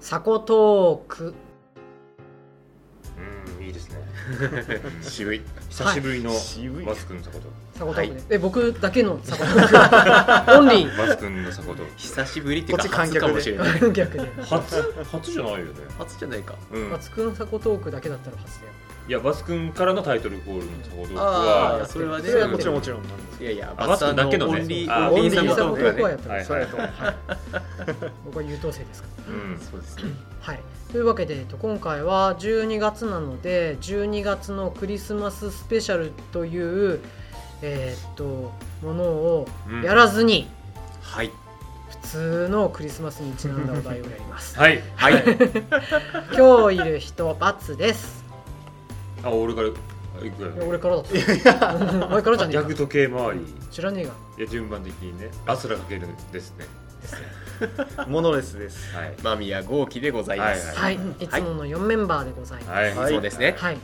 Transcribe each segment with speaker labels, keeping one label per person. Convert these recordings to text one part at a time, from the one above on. Speaker 1: 鎖骨トーク
Speaker 2: うんいい ですね
Speaker 3: 渋い
Speaker 2: 久しぶりの
Speaker 3: はい渋い
Speaker 2: マス君のサコト
Speaker 1: 鎖骨トークです、え僕だけの鎖骨トーク オンリ
Speaker 2: マス君のサコト
Speaker 3: 久しぶりっていう
Speaker 4: こ
Speaker 3: か
Speaker 4: っち観
Speaker 3: 初
Speaker 4: 客で
Speaker 3: かもしれない
Speaker 1: ー逆に
Speaker 2: 初初じゃないよね
Speaker 3: 初じゃないか
Speaker 2: うん
Speaker 1: マツクの鎖骨トークだけだったら初だよ
Speaker 2: いやマス君からのタイトルコールのサコト
Speaker 3: あ
Speaker 2: は
Speaker 3: あそれはね
Speaker 4: それはもちろんもちろんなんです
Speaker 3: いやいや
Speaker 2: あマスクだけのね
Speaker 3: オンリ
Speaker 2: あ
Speaker 3: ー
Speaker 1: オ
Speaker 3: オ
Speaker 1: ン
Speaker 3: ン
Speaker 1: リ
Speaker 3: リ
Speaker 1: ー
Speaker 3: ーサ
Speaker 1: サ
Speaker 3: コ
Speaker 1: コト
Speaker 3: トークだ
Speaker 1: ークは
Speaker 3: ね
Speaker 1: やってま
Speaker 2: は
Speaker 1: す、
Speaker 2: いはい
Speaker 1: 僕は優等生ですから
Speaker 2: うん
Speaker 3: そうですね
Speaker 1: はい、というわけで、えっと今回は12月なので12月のクリスマススペシャルという、えーっとものを
Speaker 2: うん
Speaker 1: やらずに、
Speaker 3: はい
Speaker 1: 普通のクリスマスにちなんだお題をやりま す
Speaker 2: はい
Speaker 3: はい
Speaker 1: 今日いる人×です
Speaker 2: あ俺からいく
Speaker 1: い
Speaker 2: ら
Speaker 1: や
Speaker 2: よ
Speaker 1: 俺からだ ったお前からじゃねえ
Speaker 2: 逆
Speaker 1: か
Speaker 2: 時計回り
Speaker 1: 知らねえが
Speaker 2: いや順番的にねアスラかけるんですね
Speaker 4: モノレスです
Speaker 2: はい
Speaker 3: 間宮豪輝でございます
Speaker 2: はい
Speaker 1: はい、いつもの4メンバーでございます、
Speaker 2: はい
Speaker 4: はい
Speaker 3: そうですね
Speaker 1: はい、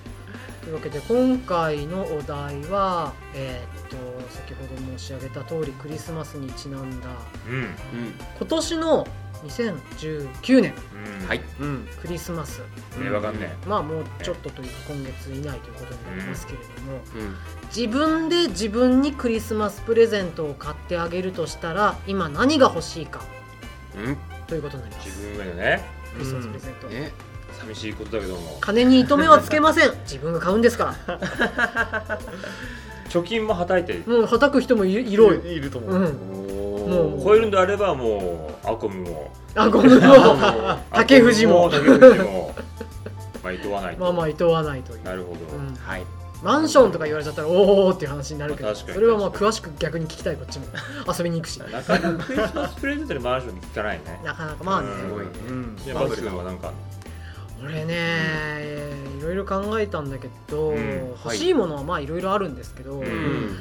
Speaker 1: というわけで今回のお題は、えーっと先ほど申し上げた通りクリスマスにちなんだ
Speaker 2: うん
Speaker 3: う
Speaker 1: 今年の2019年
Speaker 2: うん
Speaker 3: んはい
Speaker 4: うん
Speaker 1: クリスマス
Speaker 2: ねわかんね
Speaker 1: まあもうちょっとというか今月以内ということになりますけれども
Speaker 3: うん
Speaker 1: 自分で自分にクリスマスプレゼントを買ってあげるとしたら今何が欲しいか
Speaker 3: うん
Speaker 1: ということになりま
Speaker 2: え
Speaker 1: す
Speaker 2: 自分へのね
Speaker 1: クリスマスプレゼント、
Speaker 3: ね
Speaker 2: 寂しいことだけども
Speaker 1: 金に糸目はつけません自分が買うんですから
Speaker 2: 貯金もはたいて
Speaker 1: もうはたく人もいいろよ
Speaker 4: いると思
Speaker 1: う
Speaker 4: う、
Speaker 1: ん
Speaker 3: お
Speaker 1: も
Speaker 2: 超えるんであればもうアコムも
Speaker 1: あご めん
Speaker 2: あもう
Speaker 1: 竹藤も
Speaker 2: 竹藤もまあいとわないと
Speaker 1: まあまあいとわないという、
Speaker 2: なるほど、
Speaker 1: うん、
Speaker 3: はい
Speaker 1: マンションとか言われちゃったらおおっていう話になるけ
Speaker 2: ま
Speaker 1: ど
Speaker 2: あ確
Speaker 1: そ
Speaker 2: かに
Speaker 1: れはまあ詳しく逆に聞きたいこっ ちも遊びに行くし
Speaker 2: なかなかクリスマスプレゼントでマンションに聞かないね
Speaker 1: なかなかまあね
Speaker 2: うん
Speaker 3: すごいね
Speaker 4: うん
Speaker 2: で
Speaker 3: バ
Speaker 2: バ
Speaker 3: ブ
Speaker 2: ス
Speaker 3: ルだ
Speaker 2: 君はなんか
Speaker 1: 俺ねいろいろ考えたんだけど、
Speaker 2: うん
Speaker 1: 欲しいものはまあいろいろあるんですけど、
Speaker 2: う
Speaker 3: うんん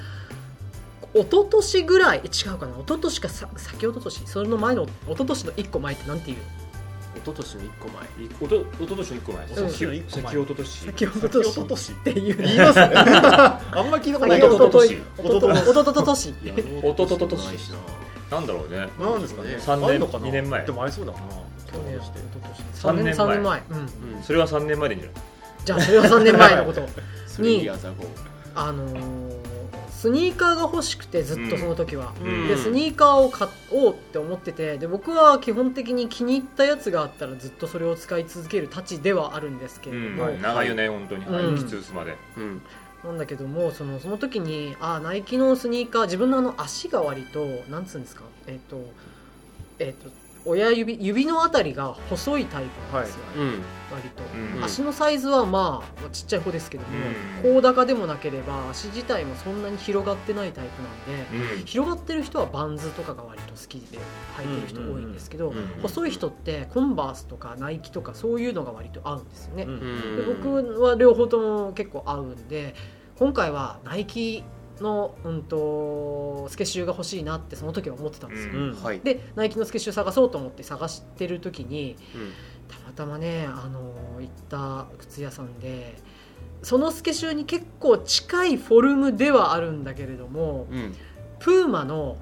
Speaker 1: 一昨年ぐらい違うかな一昨年かさ先一昨年それの前の一昨年の一個前ってなんていう
Speaker 3: 一昨年の一個前
Speaker 2: いおとおととしの1個前
Speaker 4: お
Speaker 1: とと
Speaker 2: 先
Speaker 4: しの一個前
Speaker 2: 先おととし
Speaker 1: 先一昨
Speaker 4: 先
Speaker 1: 年
Speaker 4: おととし
Speaker 1: っていう
Speaker 4: 言いますあんま聞いたことな
Speaker 1: 先
Speaker 4: いけ
Speaker 1: おと
Speaker 4: ど
Speaker 1: とし
Speaker 2: 一
Speaker 1: おとと
Speaker 4: 一
Speaker 1: おとととし
Speaker 3: いや
Speaker 2: おととととし
Speaker 3: ないしな
Speaker 2: なんだろうね
Speaker 4: なんですかね
Speaker 2: 三年
Speaker 4: あるのかな
Speaker 2: 二年前
Speaker 4: でもありそうだな
Speaker 1: 去年
Speaker 4: そうして
Speaker 1: 3年三
Speaker 2: 三年
Speaker 1: 年
Speaker 2: 前
Speaker 1: 前、うん、
Speaker 3: うん
Speaker 2: それは3年前でいいんじゃない
Speaker 1: じゃあそれは3年前のこと
Speaker 3: それいいあざご
Speaker 1: あのースニーカーが欲しくてずっとその時は、
Speaker 2: うん
Speaker 1: でスニーカーを買おうって思っててで僕は基本的に気に入ったやつがあったらずっとそれを使い続けるたちではあるんですけ
Speaker 2: う
Speaker 1: れど
Speaker 2: ん
Speaker 1: も、
Speaker 4: はい
Speaker 2: 長いよね本当に
Speaker 1: うん
Speaker 2: きつうすまで
Speaker 3: うん
Speaker 1: なんだけどもそのその時にあナイキのスニーカー自分のあの足が割となんつうんですかえっ、とえっ、と親指指のあたりが細いタイプなんですよ、
Speaker 3: うん
Speaker 1: 割と、
Speaker 2: うん
Speaker 1: 足のサイズはまあちっちゃい方ですけども
Speaker 2: う
Speaker 1: 高
Speaker 2: ん
Speaker 1: 高でもなければ足自体もそんなに広がってないタイプなんで
Speaker 2: う
Speaker 1: 広がってる人はバンズとかが割と好きで履いてる人多いんですけど、
Speaker 3: うんうんうん
Speaker 1: 細い人ってコンバースとかナイキとかそういうのが割と合うんですよね、
Speaker 4: うん
Speaker 1: で僕は両方とも結構合うんで今回はナイキの、うん、とスケシューが欲しいなってその時は思ってたんですよ、
Speaker 2: うん
Speaker 4: うん
Speaker 3: はい
Speaker 1: でナイキのスケシュー探そうと思って探してる時に
Speaker 3: うん
Speaker 1: たまたまね、あのー行った靴屋さんでそのスケジュールに結構近いフォルムではあるんだけれども
Speaker 3: うん
Speaker 1: プーマの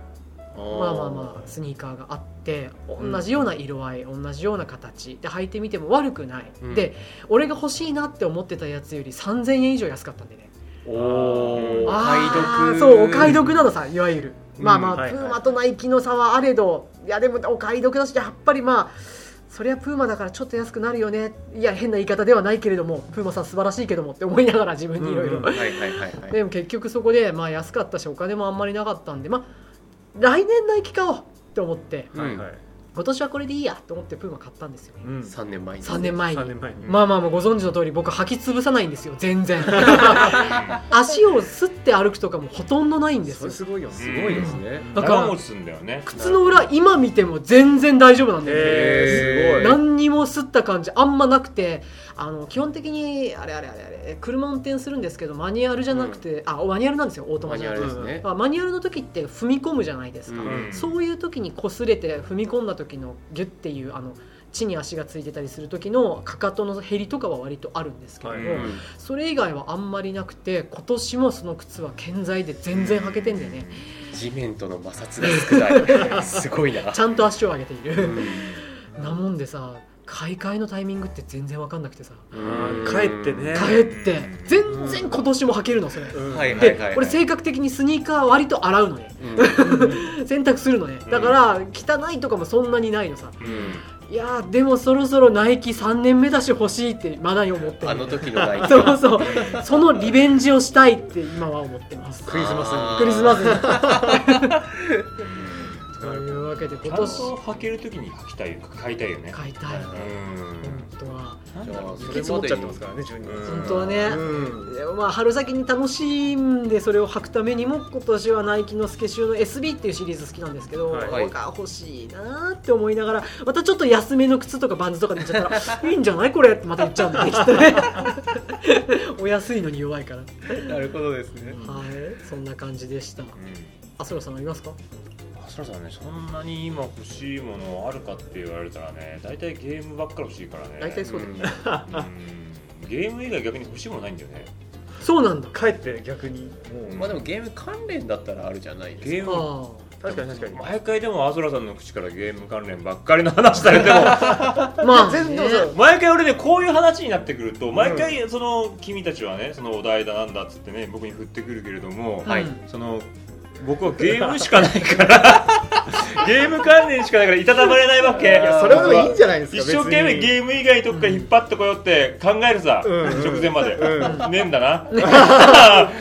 Speaker 3: ま
Speaker 1: まあまあまあスニーカーがあって同じような色合い、同じような形で履いてみても悪くない、
Speaker 3: うん
Speaker 1: で俺が欲しいなって思ってたやつより3000円以上安かったんでね
Speaker 2: んお
Speaker 3: お
Speaker 2: お
Speaker 3: 買い得
Speaker 1: あーそうお買い得なのさいわゆる、
Speaker 2: うん
Speaker 1: まあまあ、
Speaker 4: はいはい
Speaker 1: プーマとナイキの差はあれどいやでもお買い得だしやっぱりまあそりゃプーマだからちょっと安くなるよねいや変な言い方ではないけれどもプーマさん素晴らしいけどもって思いながら自分にいろいろ
Speaker 4: うん
Speaker 3: はいはいはいはい
Speaker 1: でも結局そこでまあ安かったしお金もあんまりなかったんでまあ来年ナイキ買おうって思って
Speaker 3: うん
Speaker 4: はいはい
Speaker 1: 今年はこれでいいやと思ってプーマ買ったんですよね、
Speaker 4: うん
Speaker 3: 3年前に
Speaker 1: 3年前に
Speaker 4: 3年前に
Speaker 1: まあまあまあご存知の通り僕履き潰さないんですよ全 然足をすって歩くとかもほとんどないんです
Speaker 4: そ
Speaker 1: よ
Speaker 4: れすごいよね
Speaker 3: すごいですね
Speaker 4: うん
Speaker 1: だから
Speaker 2: 長持ちすんだよね
Speaker 1: 靴の裏今見ても全然大丈夫なんだよね
Speaker 4: へ
Speaker 3: えーすごい
Speaker 1: 何にもすった感じあんまなくてあの基本的にあれあれあれあれ車運転するんですけどマニュアルじゃなくて、あマニュアルなんですよオートマ
Speaker 3: マ
Speaker 1: じ
Speaker 3: ニ
Speaker 1: ゃ
Speaker 3: ュア
Speaker 1: なく
Speaker 3: ル
Speaker 1: て
Speaker 3: ですね
Speaker 1: まあマニュアルの時って踏み込むじゃないですか、
Speaker 3: うん
Speaker 1: そういう時に擦れて踏み込んだ時のギュッていうあの地に足がついてたりする時のかかとの減りとかは割とあるんですけども、
Speaker 4: は
Speaker 3: う
Speaker 4: い
Speaker 3: ん
Speaker 1: それ以外はあんまりなくて今年もその靴は健在で全然履けてんだよね
Speaker 3: 地面との摩擦が少ないすごいな
Speaker 1: ちゃんと足を上げている
Speaker 3: うん
Speaker 1: なもんでさ買い替えのタイミングって全然分かんなくてさ
Speaker 4: ー帰ってね
Speaker 1: 買えって
Speaker 2: うん
Speaker 1: 全然今年も履けるのそれ、
Speaker 4: うん
Speaker 3: はいはい
Speaker 1: で、俺性格的にスニーカー割と洗うのね洗濯するのねだから汚いとかもそんなにないのさ
Speaker 2: うん
Speaker 1: いやーでもそろそろナイキ3年目だし欲しいってまだに思ってる
Speaker 3: あの時のライン
Speaker 1: そうそうそのリベンジをしたいって今は思ってます
Speaker 4: クリスマスに
Speaker 1: クリスマスに
Speaker 4: ス
Speaker 1: というわけで
Speaker 2: ちゃ
Speaker 1: 今
Speaker 2: んと
Speaker 1: 年
Speaker 2: 履けるときに履きたい買いたいよね
Speaker 1: 買いたい
Speaker 2: うん
Speaker 1: 本当は
Speaker 2: なんだろう
Speaker 3: じゃあ
Speaker 4: 雪
Speaker 3: そ
Speaker 4: 積
Speaker 3: れ
Speaker 4: も
Speaker 3: ま
Speaker 4: っ
Speaker 3: で
Speaker 4: ち
Speaker 3: に
Speaker 4: ゃって
Speaker 2: うん
Speaker 4: ますからね12月
Speaker 1: 本当はね
Speaker 4: うん
Speaker 1: でもまあ春先に楽しんでそれを履くためにも今年はナイキのスケシューの SB っていうシリーズ好きなんですけど、
Speaker 4: はい
Speaker 3: はい
Speaker 1: 僕は欲しいなーって思いながらまたちょっと安めの靴とかバンズとかで言っちゃった らいいんじゃないこれってまた言っちゃうんだねきっとね お安いのに弱いから、
Speaker 3: なるほどですね
Speaker 1: はいそんな感じでしたあそろさんありますか
Speaker 2: あそらさんねそんなに今欲しいものあるかって言われたらね大体ゲームばっかり欲しいからね
Speaker 1: 大体
Speaker 2: う
Speaker 1: そうだよね
Speaker 2: んゲーム以外逆に欲しいものないんだよね
Speaker 1: そうなんだ
Speaker 4: 帰って逆にもう
Speaker 2: うん
Speaker 3: まあでもゲーム関連だったらあるじゃないですか
Speaker 2: ゲー
Speaker 1: あ
Speaker 2: ム
Speaker 1: ー
Speaker 4: 確かに確かに
Speaker 2: 毎回でもあそらさんの口からゲーム関連ばっかりの話されても
Speaker 1: まあ、ね、
Speaker 4: 全然そう
Speaker 2: 毎回俺ねこういう話になってくると毎回その君たちはねそのお題だなんだっつってね僕に振ってくるけれども、
Speaker 1: はい
Speaker 2: その僕はゲームしかないから ゲーム関連しかないからいたたまれないわけ
Speaker 4: いやそれはでもいいんじゃないですか
Speaker 2: 一生懸命
Speaker 4: ー
Speaker 2: ゲーム以外とか引っ張ってこようって考えるさ、
Speaker 4: うんうん
Speaker 2: 直前まで、
Speaker 4: う
Speaker 2: ねえんだな、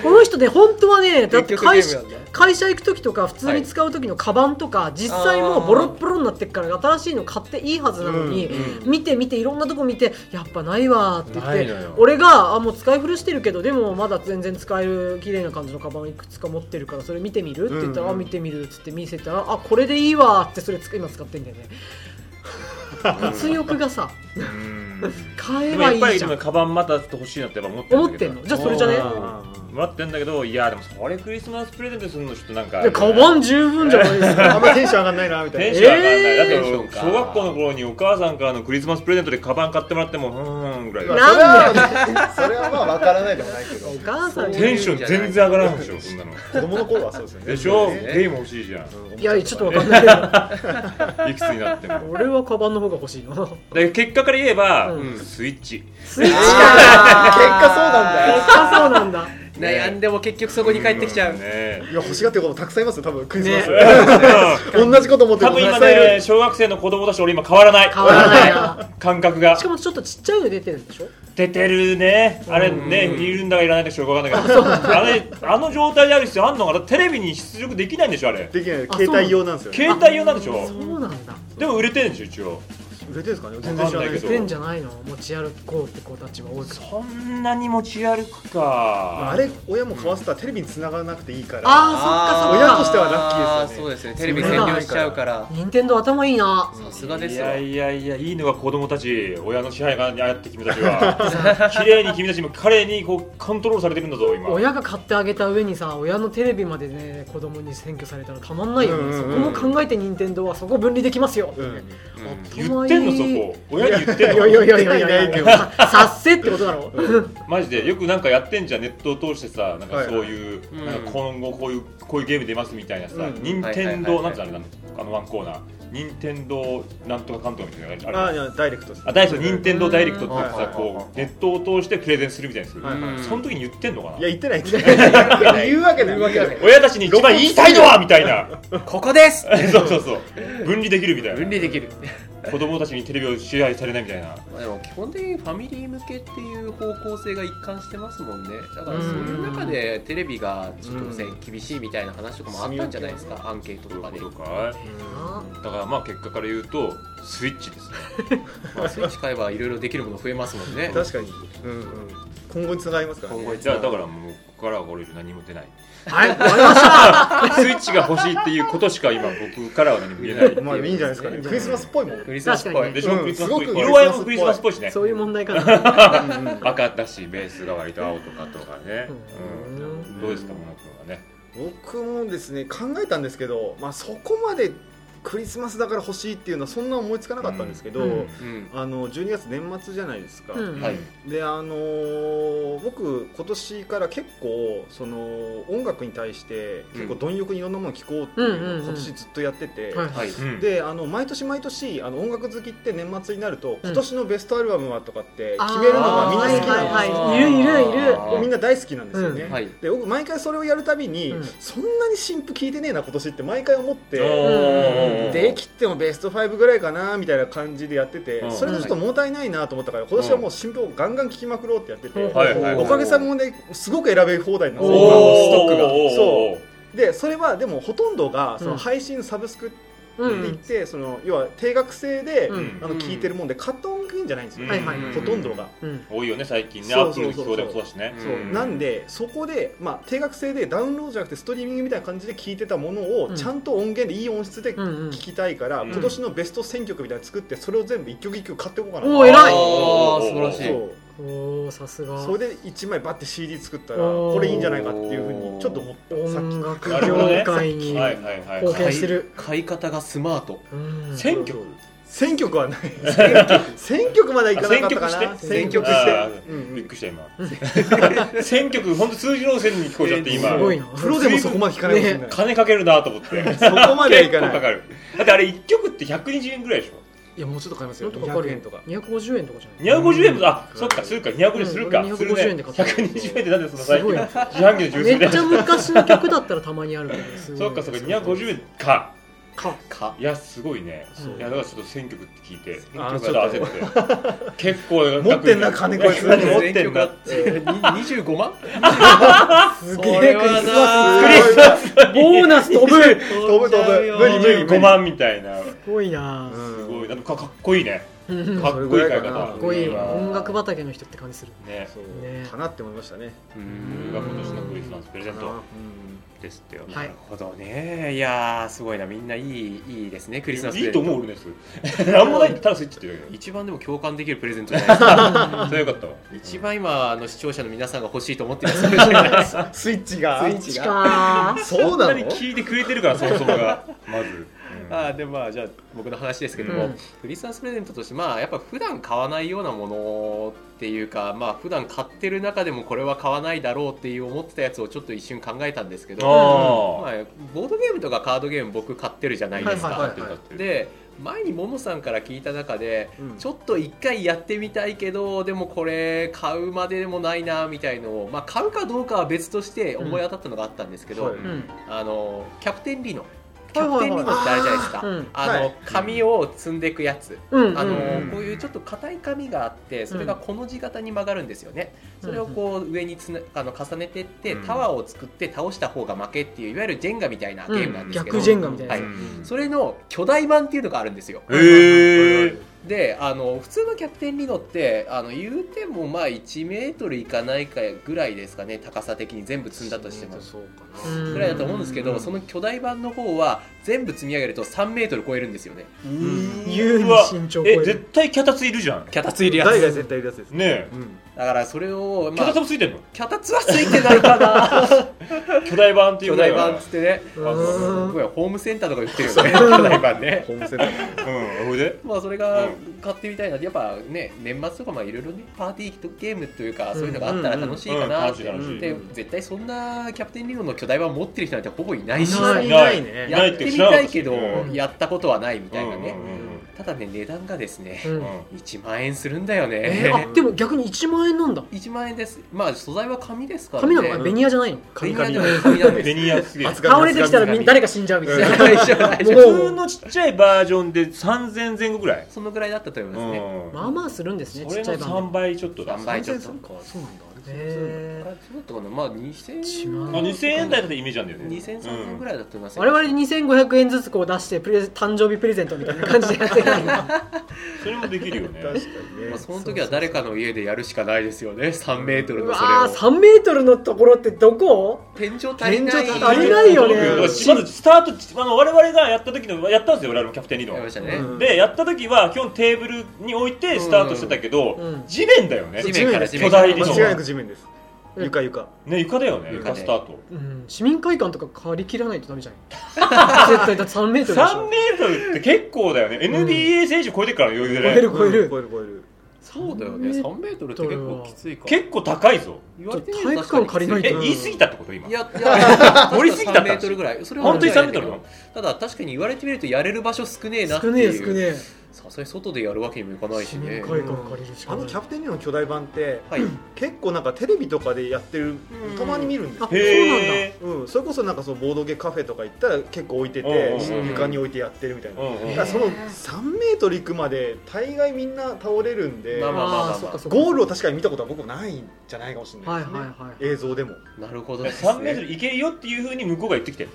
Speaker 1: この人ね本当はねだって
Speaker 4: 結局ゲ
Speaker 1: 会
Speaker 4: ーム
Speaker 1: 社
Speaker 4: なんだ
Speaker 1: 会社行く時とか普通に使う時のカバンとか、実際もうボロッボロになってっから新しいの買っていいはずなのに、
Speaker 2: う
Speaker 1: 見て見ていろんなとこ見てやっぱないわーって言っ
Speaker 2: ないの
Speaker 1: て
Speaker 2: よ
Speaker 1: 俺があもう使い古してるけどでもまだ全然使える綺麗な感じのカバンいくつか持ってるからそれ見てみるって言ったら、
Speaker 4: うんうん
Speaker 1: あ見てみるっつって見せたらあこれでいいわーってそれつ今使ってんだよ ね物欲がさ
Speaker 2: うん
Speaker 1: 買え
Speaker 2: でも
Speaker 1: ば
Speaker 2: やっ
Speaker 1: い
Speaker 2: ぱ
Speaker 1: い
Speaker 2: り
Speaker 1: じ
Speaker 2: で
Speaker 1: ゃ
Speaker 2: も
Speaker 1: ん
Speaker 2: カバンまた欲しいなってやっぱ思ってる
Speaker 1: 思ってんのじゃあそれじゃね
Speaker 4: あ
Speaker 2: もらってんだけどいやでもそれクリスマスプレゼントするのちょっとなんか
Speaker 1: いやカバン十分じゃないですか
Speaker 4: ーあんまテンション上がんないなみた
Speaker 2: テ
Speaker 4: い
Speaker 2: ン
Speaker 4: な
Speaker 2: ション上がんない、
Speaker 1: えー
Speaker 2: だって小学校の頃にお母さんからのクリスマスプレゼントでカバン買ってもらってもうーんぐらい
Speaker 4: ま
Speaker 2: だ
Speaker 4: あ
Speaker 1: な
Speaker 4: それはそれはまあ分からないでもないけど
Speaker 1: お母さんに
Speaker 2: テンション全然上がらんでしょそんなの
Speaker 4: 子供の頃はそうですよね
Speaker 2: でしょ、
Speaker 4: ね
Speaker 2: ゲーム欲しいじゃん
Speaker 1: いやちょっとわかんないけど
Speaker 2: いくつになっても
Speaker 1: 俺はカバンの方が欲しいな。
Speaker 2: で結果から言えば、
Speaker 1: うん
Speaker 2: スイッチ
Speaker 1: スイッチか。
Speaker 4: あー結果そうなんだよ
Speaker 1: 結果そうなんだ。
Speaker 3: 悩んでも結局そこに帰ってきちゃう
Speaker 2: うんね
Speaker 4: いや欲しがってることたくさんいますよ多分クリスマス、
Speaker 2: うん
Speaker 4: 同じこと思って
Speaker 2: 多
Speaker 4: る子
Speaker 2: 分今
Speaker 4: たくさんいる、
Speaker 2: ね小学生の子供たちと俺今変わらない
Speaker 1: 変わらないな。
Speaker 2: 感覚が
Speaker 1: しかもちょっとちっちゃいの出てるんでしょ。
Speaker 2: 出てるねあれねいるんだかいらないんだかしょうがわかんないけどあれあの状態である必要あんのかなテレビに出力できないんでしょあれ
Speaker 4: できない
Speaker 1: あそう
Speaker 4: 携帯用なんですよ、ね、
Speaker 2: 携帯用なんでしょ
Speaker 1: そうなんだ。
Speaker 2: でも売れてるんでしょ一応
Speaker 4: 売れてるんですかね全然知らな
Speaker 2: わかんないけ
Speaker 4: いで
Speaker 2: ど
Speaker 4: す
Speaker 1: 出んじゃないの。持ち歩こうって子たちは多いから。
Speaker 2: そんなに持ち歩く
Speaker 4: あ
Speaker 2: か
Speaker 4: あれ親も買わせたらテレビに繋がらなくていいから
Speaker 1: あーそっかそっか。
Speaker 4: 親としてはラッキーですよね
Speaker 3: あそうですねテレビ占領しちゃうから
Speaker 1: 任天堂頭いいな。
Speaker 3: さすがで
Speaker 2: い
Speaker 3: すよ
Speaker 2: やいやいやいいのが子供たち親の支配があって君たちは 綺麗に君たちも彼にこうコントロールされてるんだぞ今
Speaker 1: 親が買ってあげた上にさ親のテレビまでね子供に占拠されたらたまんないよね、
Speaker 4: うんうんうん
Speaker 1: そこも考えて任天堂はそこ分離できますよ、
Speaker 4: うん
Speaker 2: 言ってんのそこ親に言ってん
Speaker 1: いや
Speaker 2: の
Speaker 1: いやいやいやいやいやさっせってことだろ、
Speaker 2: マジでよくなんかやってんじゃんネットを通してさなんかそういう、
Speaker 3: はい
Speaker 2: なんか今後こういうこういうゲーム出ますみたいなさ、
Speaker 4: うん
Speaker 2: 任天
Speaker 3: は
Speaker 2: 堂な
Speaker 3: いはいはいはい
Speaker 2: んつうのあれなんあのワンコーナー任天堂なんとか関東みたいなのあ
Speaker 4: あ
Speaker 2: る
Speaker 4: い
Speaker 2: じゃん
Speaker 4: やダイレクトです
Speaker 2: あ大将任天堂ダイレクトってさ、
Speaker 4: はいはいはい
Speaker 2: こうネットを通してプレゼンするみたいにする、
Speaker 4: はい
Speaker 3: はい
Speaker 2: その時に言ってんのかない
Speaker 4: や言ってない言ってない言うわけない
Speaker 3: 言うわけない
Speaker 2: 親たちに一番言いたいのはみたいな
Speaker 3: ここです
Speaker 2: そうそうそう分離できるみたいな
Speaker 3: 分離できる
Speaker 2: 子供たちにテレビを支配されないみたいな
Speaker 3: まあでも基本的にファミリー向けっていう方向性が一貫してますもんねだからそういう中でテレビがちょっとせ
Speaker 4: うん
Speaker 3: 厳しいみたいな話とかもあったんじゃないですかアンケートとかで
Speaker 2: そういうことかだからまあ結果から言うとスイッチですね
Speaker 3: まあスイッチ買えばいろいろできるもの増えますもんね
Speaker 4: 確かに、うんうん、今後に繋がりますからね
Speaker 3: 今後に
Speaker 2: じゃあだからもうここからはこれ以上何も出ない
Speaker 1: はいわかりました
Speaker 2: スイッチが欲しいっていうことしか今僕からは何も言えない
Speaker 4: まあいいんじゃないですかねクリスマスっぽいもん、
Speaker 3: クリスマスっぽい
Speaker 1: 確
Speaker 2: でしょ、
Speaker 4: うん
Speaker 2: クリスマスっぽい
Speaker 4: すごく
Speaker 2: 色合いもクリスマスっぽいしね
Speaker 1: そういう問題かな
Speaker 2: 赤だしベースが割と青とかとかね、うん
Speaker 1: うん
Speaker 2: どうですかモノ君はね
Speaker 4: 僕もですね考えたんですけど、まあ、そこまでクリスマスだから欲しいっていうのはそんな思いつかなかったんですけど、
Speaker 1: うんうん
Speaker 3: うん
Speaker 4: あの12月年末じゃないですか、
Speaker 1: うん
Speaker 2: はい
Speaker 4: であのー僕今年から結構その音楽に対して結構貪欲にいろんなもの聴こうっていうのを今年ずっとやってて、
Speaker 1: はい
Speaker 3: はい、
Speaker 2: うん
Speaker 4: であの毎年毎年あの音楽好きって年末になると、
Speaker 1: うん
Speaker 4: 今年のベストアルバムはとかって決めるのがみんな好き
Speaker 1: あーはい
Speaker 4: な
Speaker 1: は
Speaker 4: ん
Speaker 1: い
Speaker 4: で
Speaker 1: はいいるいるいる
Speaker 4: すよみんな大好きなんですよね、
Speaker 1: うん
Speaker 3: はい
Speaker 4: で僕毎回それをやるたびに、
Speaker 1: うん
Speaker 4: そんなに新譜聞いてねえな今年って毎回思って、
Speaker 1: うん
Speaker 4: で切ってもベスト5ぐらいかなみたいな感じでやってて、
Speaker 2: うん
Speaker 4: それがちょっと物足りないなと思ったから今年はもう新譜をガンガン聴きまくろうってやってて、
Speaker 1: うん
Speaker 2: はいはい
Speaker 4: おかげさまですごく選べ放題なんですよ
Speaker 2: お
Speaker 4: ストックがそう
Speaker 2: う
Speaker 4: でそれはでもほとんどがそ
Speaker 1: うん
Speaker 4: の配信サブスクって
Speaker 1: う
Speaker 4: 言っ
Speaker 1: ん
Speaker 4: て、その要は定額制で、
Speaker 1: うん
Speaker 4: あの聞いてるもんで買った音源じゃないんですよ、
Speaker 1: はいはい
Speaker 4: ほとんどが、
Speaker 1: うん
Speaker 2: 多いよね最近ねア
Speaker 4: そ
Speaker 2: ッ
Speaker 4: う
Speaker 2: プ
Speaker 4: そ
Speaker 2: ルの表でも
Speaker 4: うそうそう
Speaker 2: そうだしね
Speaker 3: うん
Speaker 4: そうなんでそこで、まあ、定額制でダウンロードじゃなくてストリーミングみたいな感じで聞いてたものを、
Speaker 1: うん
Speaker 4: ちゃんと音源でいい音質で
Speaker 1: うんうん
Speaker 4: 聞きたいから、
Speaker 2: うん
Speaker 4: 今年のベスト選曲みたいなの作ってそれを全部一曲一曲買っていこうかな
Speaker 1: おー偉い
Speaker 3: あー素晴らしい
Speaker 4: そう
Speaker 1: おーさすが
Speaker 4: それで1枚バッて CD 作ったら
Speaker 1: おー
Speaker 4: これいいんじゃないかっていうふうにちょっと思ったさっ
Speaker 1: 音楽
Speaker 2: なるほどね
Speaker 1: 業界に
Speaker 2: はいはいはい
Speaker 1: 貢
Speaker 2: はい
Speaker 1: 献してる
Speaker 3: 買い方がスマート
Speaker 1: うん
Speaker 2: 選挙
Speaker 4: 選曲はない選曲まではいかなかったかな
Speaker 2: 選曲して
Speaker 4: 選曲して
Speaker 2: あー
Speaker 4: うんう
Speaker 2: びっ
Speaker 4: ん
Speaker 2: くりした今 選曲ほんと数字路線に聞こえちゃって今
Speaker 1: すごいな
Speaker 4: プロでもそこまで聞かないかもしれない、
Speaker 2: 金かけるなと思って結
Speaker 4: そこまではい
Speaker 2: 構か
Speaker 4: かない
Speaker 2: かるだってあれ1曲って120円ぐらいでしょ
Speaker 4: いやもうちょっと買います
Speaker 1: も
Speaker 4: よ
Speaker 1: っとかか
Speaker 4: 200
Speaker 1: る
Speaker 4: 円とか
Speaker 1: 250円とかじゃない
Speaker 2: 250円もあ
Speaker 4: うん
Speaker 2: そっかするか250円するか
Speaker 1: うん
Speaker 2: するね
Speaker 1: 250円で買った
Speaker 2: 120円でなんでその
Speaker 1: す
Speaker 2: 最近
Speaker 1: ごい
Speaker 2: 自
Speaker 1: な
Speaker 2: 販機のジュー
Speaker 1: め
Speaker 2: スで
Speaker 1: っちゃ昔の曲だったらたまにあるけどすごい
Speaker 2: そっかそっか250円か
Speaker 1: か
Speaker 2: いやすごいね
Speaker 1: そう
Speaker 2: いやだからちょっと選曲って聞いて
Speaker 4: あー
Speaker 2: ちょっと焦って結構額
Speaker 4: 持ってんな金こいつ
Speaker 2: 持ってんな
Speaker 3: 25万
Speaker 1: す
Speaker 3: これはな
Speaker 1: クリスマスボーナス飛ぶす
Speaker 4: 飛ぶ飛ぶ無理無理無
Speaker 2: 25
Speaker 4: 理
Speaker 2: 万みたいなす
Speaker 1: ごいな
Speaker 2: ごいなんかかっこいいね
Speaker 1: うん
Speaker 2: か
Speaker 1: かっ
Speaker 2: っこいい買い
Speaker 4: それぐらいか
Speaker 2: 方
Speaker 4: なかっ
Speaker 1: こいい
Speaker 2: わ
Speaker 1: 音楽畑の人って感じする
Speaker 2: ね
Speaker 4: そう
Speaker 1: ね
Speaker 4: かなって思いましたね
Speaker 2: これが今年のクリスマスプレゼン
Speaker 4: か
Speaker 2: ト
Speaker 4: な
Speaker 3: ですってよ、
Speaker 1: はい
Speaker 3: なるほどねいやーすごいなみんないいいいですねクリスマス
Speaker 2: いいと思う俺ねそ れなんもないってただスイッチって言うだけ
Speaker 3: 一番でも共感できるプレゼントじゃないです か
Speaker 2: それよかったわ
Speaker 3: 一番今あの視聴者の皆さんが欲しいと思ってるやつかもしれないで す
Speaker 4: うんスイッチが
Speaker 3: スイッチが
Speaker 1: かー
Speaker 4: そうな
Speaker 2: に
Speaker 4: の
Speaker 2: 聞いてくれてるからそもそも がまずうん
Speaker 3: あーでまあじゃあ僕の話ですけども、
Speaker 1: うん
Speaker 3: クリスマスプレゼントとしてまあやっぱ普段買わないようなものっていうかまあ普段買ってる中でもこれは買わないだろうっていう思ってたやつをちょっと一瞬考えたんですけどま
Speaker 2: あ
Speaker 3: あ、ボードゲームとかカードゲーム僕買ってるじゃないですか、
Speaker 1: はいはいはい
Speaker 2: はい
Speaker 3: で前にももさんから聞いた中で、
Speaker 4: うん
Speaker 3: ちょっと一回やってみたいけどでもこれ買うまででもないなみたいのを、まあ、買うかどうかは別として思い当たったのがあったんですけど、
Speaker 4: うんはい
Speaker 1: うん
Speaker 3: あのキャプテンリノキ
Speaker 1: はい
Speaker 3: ャプ
Speaker 1: は
Speaker 3: テ
Speaker 1: いは
Speaker 3: ン
Speaker 1: い
Speaker 3: リノってあるじゃないですか、
Speaker 1: うん
Speaker 3: あの、
Speaker 4: はい
Speaker 3: 紙を積んでいくやつ、
Speaker 1: うん
Speaker 3: あの
Speaker 1: うん
Speaker 3: こういうちょっと硬い紙があってそれがこの字型に曲がるんですよね、それをこう上につなあの重ねてって
Speaker 2: うん
Speaker 3: タワーを作って倒した方が負けっていういわゆるジェンガみたいなゲームなんですけど、
Speaker 1: 逆ジェンガみたいな
Speaker 3: は
Speaker 1: や
Speaker 3: い
Speaker 1: つ、
Speaker 3: それの巨大版っていうのがあるんですよ
Speaker 2: へえ
Speaker 3: であの普通のキャプテンリノってあの言うてもまあ1メートルいかないかぐらいですかね高さ的に全部積んだとしても
Speaker 4: そうか
Speaker 1: うん
Speaker 3: ぐらいだと思うんですけどその巨大版の方は全部積み上げると3メートル超えるんですよね
Speaker 4: な
Speaker 1: 優に
Speaker 2: うわ
Speaker 1: 身長超え
Speaker 2: え
Speaker 1: る
Speaker 2: 絶対脚立いるじゃん
Speaker 3: キャタツいるや
Speaker 4: 誰が
Speaker 3: つ
Speaker 4: 絶対いるやつですね
Speaker 2: ね
Speaker 4: うん
Speaker 3: だからそれを
Speaker 2: え
Speaker 3: ま
Speaker 2: 脚
Speaker 3: あ
Speaker 2: 立もついてんの
Speaker 3: キャタツはついてないかな
Speaker 2: 巨大版っていう
Speaker 3: 巨
Speaker 2: ぐら
Speaker 3: 大
Speaker 2: いは
Speaker 3: 版っつってね
Speaker 1: う
Speaker 3: す
Speaker 1: ーん
Speaker 3: ごいホームセンターとか売ってるよね巨大版ね
Speaker 4: ホームセンター
Speaker 2: うんほいで
Speaker 3: まあそれが
Speaker 2: うん
Speaker 3: 買ってみたいなやっぱね年末とかまあいろいろねパーティーゲームというか
Speaker 1: うん
Speaker 3: そういうのがあったら楽しいかなって
Speaker 2: うんうん
Speaker 4: うん楽しい楽しい
Speaker 3: で絶対そんなキャプテンリノの巨大版持ってる人なんてほぼいないし
Speaker 1: いない
Speaker 4: ないね
Speaker 2: いな
Speaker 3: や
Speaker 2: い
Speaker 3: っ
Speaker 2: ってて
Speaker 3: み
Speaker 2: 知らな
Speaker 3: た
Speaker 2: かっ
Speaker 3: いけど
Speaker 2: うん
Speaker 3: やったことはないみたいな
Speaker 2: う
Speaker 3: ね
Speaker 2: んうんうん
Speaker 3: ただね値段がですね
Speaker 1: うん
Speaker 2: うん
Speaker 3: 1万円するんだよ
Speaker 1: え
Speaker 3: ね
Speaker 1: ーあでも逆に1万円なんだ
Speaker 3: 1万円ですまあ素材は紙ですからね
Speaker 1: 紙なのかなベニヤじゃないの
Speaker 3: 紙
Speaker 4: 紙
Speaker 3: なんで紙なんです
Speaker 2: ベニヤすげえ
Speaker 4: 厚紙
Speaker 1: 倒れてきたらみん
Speaker 4: 厚紙
Speaker 1: 誰か死んじゃうみたい
Speaker 3: 大
Speaker 1: な
Speaker 3: 丈夫大丈夫
Speaker 2: 普通のちっちゃいバージョンで3000前後ぐらい
Speaker 3: そのぐらいだったと思いますね
Speaker 2: うん
Speaker 1: まあまあするんですね
Speaker 2: そ
Speaker 1: ちっ
Speaker 2: れ
Speaker 1: ちゃい
Speaker 2: の
Speaker 1: 版
Speaker 2: 3倍ちょっとだ
Speaker 3: 3倍ちょっと
Speaker 4: 3000かそうなんだ
Speaker 1: で
Speaker 4: へ
Speaker 1: へー
Speaker 3: あれそうだったかなまあ2000
Speaker 1: 一
Speaker 2: あ
Speaker 1: 万
Speaker 2: 2000円台だったイメージなんだよね
Speaker 3: 2000、3000円ぐら
Speaker 2: い
Speaker 3: いだと思います
Speaker 1: 我々2500円ずつこう出してプレゼ誕生日プレゼントみたいな感じでやってる
Speaker 2: それもできるよね
Speaker 4: 確かに
Speaker 3: ま
Speaker 4: ね
Speaker 3: あ、その時は誰かの家でやるしかないですよね3メートル
Speaker 1: う
Speaker 3: の
Speaker 1: わ
Speaker 3: そ
Speaker 1: ー
Speaker 3: れを
Speaker 1: 3メートルのところってどこ
Speaker 3: 天井足りない
Speaker 4: 天井
Speaker 1: 足りないよね
Speaker 2: まずスタートあの我々がやった時のやったんですよ我々もキャプテンリー
Speaker 3: やりま
Speaker 2: ド
Speaker 3: したね、
Speaker 4: うん
Speaker 2: でやった時は基本テーブルに置いてスタートしてたけど、
Speaker 1: うん
Speaker 2: 地面だよね
Speaker 3: 地面から
Speaker 4: 地面
Speaker 3: 地面
Speaker 2: 巨大
Speaker 4: 間
Speaker 2: リノ
Speaker 4: 違いなく地面です
Speaker 1: うん
Speaker 4: 床床
Speaker 2: ね床だよね
Speaker 3: 床
Speaker 2: 床
Speaker 3: ね
Speaker 2: スタート
Speaker 1: うん、市民会館とか借り切らないとダメじゃん絶対だって3メートルでし
Speaker 2: 3
Speaker 1: ょ
Speaker 2: メートルって結構だよね NBA 選手超えてるから余裕で
Speaker 1: 超え
Speaker 2: ね
Speaker 1: る超える
Speaker 4: うん超える超える
Speaker 3: そうだよね3メートルって結構きついから
Speaker 2: 結構高いぞ
Speaker 3: 言われてみ
Speaker 1: ちょ
Speaker 3: れ
Speaker 1: っ
Speaker 3: ば
Speaker 1: と体育館借りない
Speaker 2: え
Speaker 1: と
Speaker 2: 言い過ぎたってこと今
Speaker 3: いや、いや、
Speaker 2: 盛りすぎた
Speaker 3: 3メートルぐらい。それは
Speaker 2: 本当に3メートルなの
Speaker 3: ただ、確かに言われてみると、やれる場所少ねえなって
Speaker 1: 少ねえ
Speaker 3: いう。
Speaker 1: 少ねえ
Speaker 3: さすがに外でやるわけにもいかないし
Speaker 1: 市民
Speaker 3: ね。
Speaker 1: 会館借りるしか
Speaker 4: あ
Speaker 1: ない
Speaker 4: のキャプテンリーの巨大版って
Speaker 3: はい。
Speaker 4: 結構なんかテレビとかでやってる
Speaker 2: うん
Speaker 4: たまに見るんですよ
Speaker 1: あ
Speaker 2: へえ
Speaker 4: うん、それこそなんかそのボードゲーカフェとか行ったら結構置いて
Speaker 2: うん
Speaker 4: て
Speaker 2: うん
Speaker 3: うん
Speaker 4: 床に置いてやってるみたいな、
Speaker 2: うんうん
Speaker 4: だからその3メートル行くまで大概みんな倒れるんで、
Speaker 3: まあまあまあまあ
Speaker 1: そっかそっか
Speaker 4: ゴールを確かに見たことは僕もないんじゃないかもしれな
Speaker 1: はい
Speaker 4: いです
Speaker 1: は
Speaker 4: ね、
Speaker 1: いはい
Speaker 4: 映像でも
Speaker 3: なるほどです、ね。
Speaker 2: 3メートルいけるよっていうふうに向こうが言ってきてる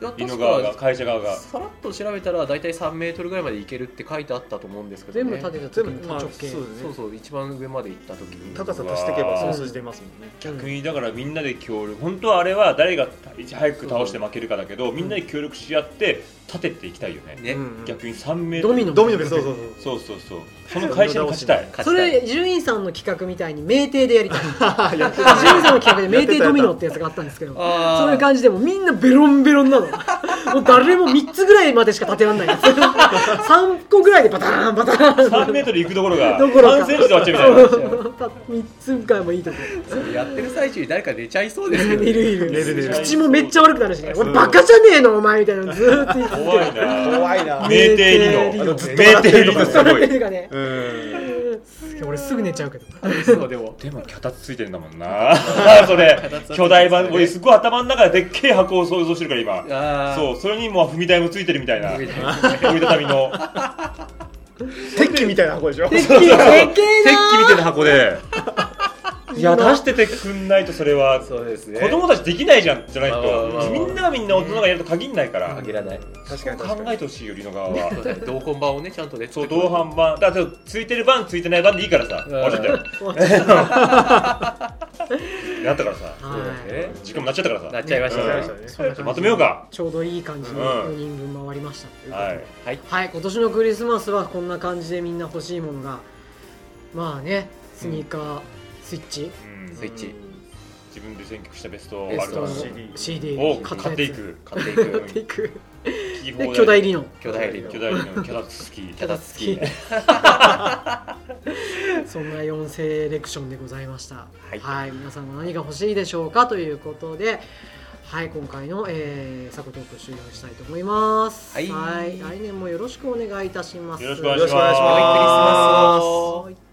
Speaker 3: いや確
Speaker 2: 井
Speaker 3: か
Speaker 2: の側が会社側が
Speaker 3: さらっと調べたら、大体3メートルぐらいまでいけるって書いてあったと思うんですけど、
Speaker 1: 全
Speaker 3: ね。
Speaker 1: 部立てた時に
Speaker 4: まあ
Speaker 1: 直
Speaker 4: そうで
Speaker 1: 径
Speaker 4: すね
Speaker 3: そうそう、一番上まで行った時に。
Speaker 4: 高さ足していけばその数字出ますもんね、
Speaker 2: 逆にだからみんなで協力本当はあれは誰がいち早く倒して負けるかだけどみんなで協力し合って立てていきたいよね
Speaker 3: ね、
Speaker 4: うん
Speaker 2: 逆に3メートル
Speaker 1: ドミノ
Speaker 4: ドミノでそうそうそう
Speaker 2: そうそうそうその会社に勝ちた い
Speaker 3: 勝
Speaker 1: そ
Speaker 3: ちたい
Speaker 1: れ伊集院さんの企画みたいに酩酊でやりたい伊集院
Speaker 4: あやってた
Speaker 1: さんの企画で酩酊ドミノ
Speaker 4: や
Speaker 1: ってやつがあったんですけど
Speaker 3: あー
Speaker 1: そういう感じでもうみんなベロンベロンなのもう誰も3つぐらいまでしか立てらんないや つ3個ぐらいでバターンバターン
Speaker 2: 3メートル行くところが
Speaker 1: どころか
Speaker 2: 3センチで終わっちゃうみたいな
Speaker 1: 3つぐらいもいいとこ
Speaker 3: やってる最中に誰か寝ちゃいそうですけど、ね、
Speaker 1: いるいる
Speaker 4: 寝る寝る
Speaker 1: 口もめっちゃ悪くなるしね
Speaker 2: そう
Speaker 1: 俺バカじゃねえのお前みたいなのずーっと言って
Speaker 2: 怖いな
Speaker 4: 怖いな
Speaker 2: 名店理
Speaker 4: あ
Speaker 2: 論
Speaker 4: の
Speaker 2: 名
Speaker 4: ずっと笑って
Speaker 2: 店
Speaker 4: る
Speaker 2: 理
Speaker 4: の
Speaker 2: 論
Speaker 4: が
Speaker 2: すご い
Speaker 1: 手がね
Speaker 4: うん
Speaker 1: す げえ俺すぐ寝ちゃうけど
Speaker 3: そうでも
Speaker 2: でも脚立ついてるんだもんな それ巨大版俺すごい頭の中ででっけえ箱を想像してるから今
Speaker 3: ああ
Speaker 2: そうそれにもう踏み台もついてるみたいな折りたたみの
Speaker 4: 鉄器みたいな箱でしょ
Speaker 1: 鉄器でけえ
Speaker 2: 鉄器み
Speaker 1: な
Speaker 2: たいな箱でいや出
Speaker 1: 今
Speaker 2: しててくんないとそれは
Speaker 3: そうですね
Speaker 2: 子供たちできないじゃんじゃない
Speaker 3: まあまあまあ
Speaker 2: とみんながみんな大人がやると限んないから
Speaker 3: 限らない
Speaker 4: 確かに
Speaker 2: 考
Speaker 4: 確か
Speaker 2: え
Speaker 4: に
Speaker 2: てほしいよりの側は
Speaker 3: そうだね同梱版をねちゃんとね
Speaker 2: そう同伴版だってついてる版ついてない版でいいからさ
Speaker 3: うん
Speaker 2: 終わっちゃったよなったからさ
Speaker 1: はい
Speaker 3: ね
Speaker 2: 時間もなっちゃったから
Speaker 3: なっ
Speaker 2: さ
Speaker 3: ちゃいましたね、
Speaker 2: うん
Speaker 4: わかりましたね
Speaker 2: まとめようか
Speaker 1: ちょうどいい感じの4人分回りましたということで
Speaker 2: はい
Speaker 3: はい
Speaker 1: はい今年のクリスマスはこんな感じでみんな欲しいものがまあねスニーカー、スイッチ
Speaker 2: うん
Speaker 3: スイッチ
Speaker 2: 自分で選曲したベスト
Speaker 3: ベ
Speaker 2: ア
Speaker 3: ス
Speaker 2: ル
Speaker 3: ト
Speaker 2: バ
Speaker 1: そう
Speaker 2: ム
Speaker 4: そう CD
Speaker 1: CD
Speaker 2: を
Speaker 1: 買
Speaker 2: 買ってい
Speaker 1: やつ
Speaker 2: く
Speaker 3: 買っていく
Speaker 1: 買っていく
Speaker 2: 聞き放題
Speaker 1: で巨大理論
Speaker 3: 巨大リン
Speaker 2: 巨大理のキャラ付き
Speaker 3: キャラ付き
Speaker 1: そんな4セレクションでございました。は、
Speaker 3: はいい
Speaker 1: 皆さんも何が欲しいでしょうかということで、はい、今回の、えー、サコトーク終了したいと思います。
Speaker 3: はい
Speaker 1: 来年もよろしくお願いいたします。
Speaker 2: よろしくお
Speaker 4: よ
Speaker 2: 願い
Speaker 4: ろしくお願いし
Speaker 2: メリークリスマ
Speaker 4: ま
Speaker 2: ス
Speaker 1: は
Speaker 4: す
Speaker 1: い